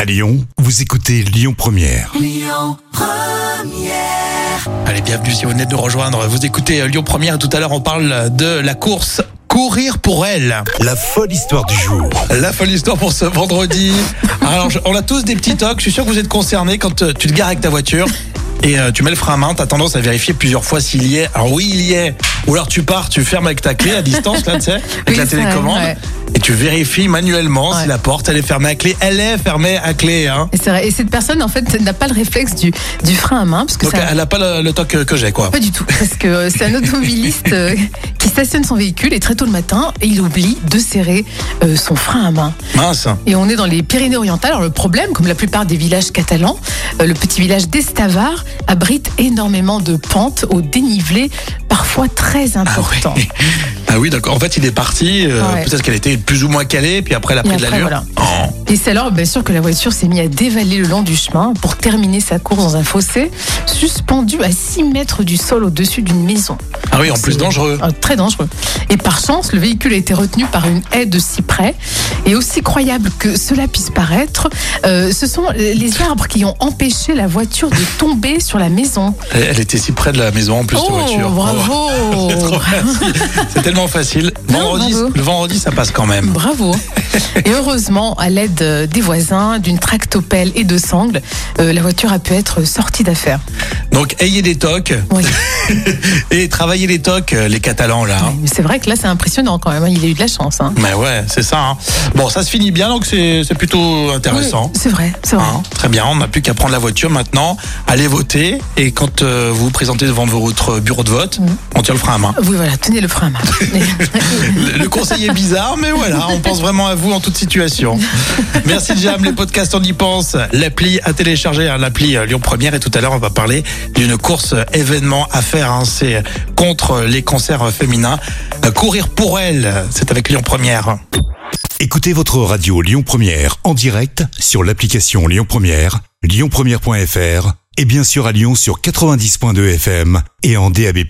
À Lyon, vous écoutez Lyon Première. Allez, bienvenue si vous venez de nous rejoindre. Vous écoutez euh, Lyon Première. Tout à l'heure, on parle de la course courir pour elle. La folle histoire du jour. La folle histoire pour ce vendredi. Alors, je- on a tous des petits tocs. Je suis sûr que vous êtes concernés quand euh, tu te gares avec ta voiture et euh, tu mets le frein à main. T'as tendance à vérifier plusieurs fois s'il y est. Alors oui, il y est. Ou alors tu pars, tu fermes avec ta clé à distance, là, tu sais, avec Oui, la ça, télécommande. ouais. Et tu vérifies manuellement si Ouais. la porte, elle est fermée à clé. Elle est fermée à clé, hein. Et, c'est vrai. Et cette personne, en fait, n'a pas le réflexe du, du frein à main, parce que Donc, euh, ça. elle n'a pas le, le toc que que j'ai, quoi. Pas du tout, parce que euh, c'est un automobiliste euh, qui stationne son véhicule et très tôt le matin, il oublie de serrer euh, son frein à main. Mince. Et on est dans les Pyrénées-Orientales. Alors le problème, comme la plupart des villages catalans, euh, le petit village d'Estavar abrite énormément de pentes au dénivelé, parfois très important. Ah oui, d'accord. En fait, il est parti. euh, Ouais. Peut-être qu'elle était plus ou moins calée, puis après, elle a Et pris de après, l'allure. voilà. Oh. Et c'est alors bien sûr que la voiture s'est mise à dévaler le long du chemin pour terminer sa course dans un fossé, suspendu à 6 mètres du sol au-dessus d'une maison. Ah oui, en plus C'est- dangereux. Ah, très dangereux. Et par chance, le véhicule a été retenu par une haie de cyprès. Et aussi croyable que cela puisse paraître, euh, ce sont les arbres qui ont empêché la voiture de tomber sur la maison. Elle elle était si près de la maison en plus de oh, voiture. Oh, bravo trop facile. C'est tellement facile. Non, Vendredi, bravo. le vendredi, ça passe quand même. Bravo. Et heureusement, à l'aide euh, des voisins, d'une tractopelle et de sangles, euh, la voiture a pu être sortie d'affaire. Donc, ayez des tocs Oui. et travaillez les tocs, euh, les Catalans là. hein. Mais C'est vrai que là, c'est impressionnant quand même. hein. Il a eu de la chance. hein. Mais ouais, c'est ça. hein. Bon, ça se finit bien, donc c'est c'est plutôt intéressant. Oui, C'est vrai, c'est vrai. Hein, très bien, on n'a plus qu'à prendre la voiture maintenant, aller voter, et quand euh, vous vous présentez devant votre bureau de vote, Mm. on tire le frein à main. Oui, voilà, tenez le frein à main. Le le conseil est bizarre, mais voilà, on pense vraiment à vous en toute situation. Merci Jam, les podcasts on y pense, l'appli à télécharger, hein, l'appli euh, Lyon Première, et tout à l'heure on va parler d'une course euh, événement à faire, hein, c'est contre les concerts euh, féminins. Euh, Courir pour elle, euh, c'est avec Lyon Première. Écoutez votre radio Lyon Première en direct sur l'application Lyon Première, lyonpremière.fr et bien sûr à Lyon sur 90.2 FM et en DAB+.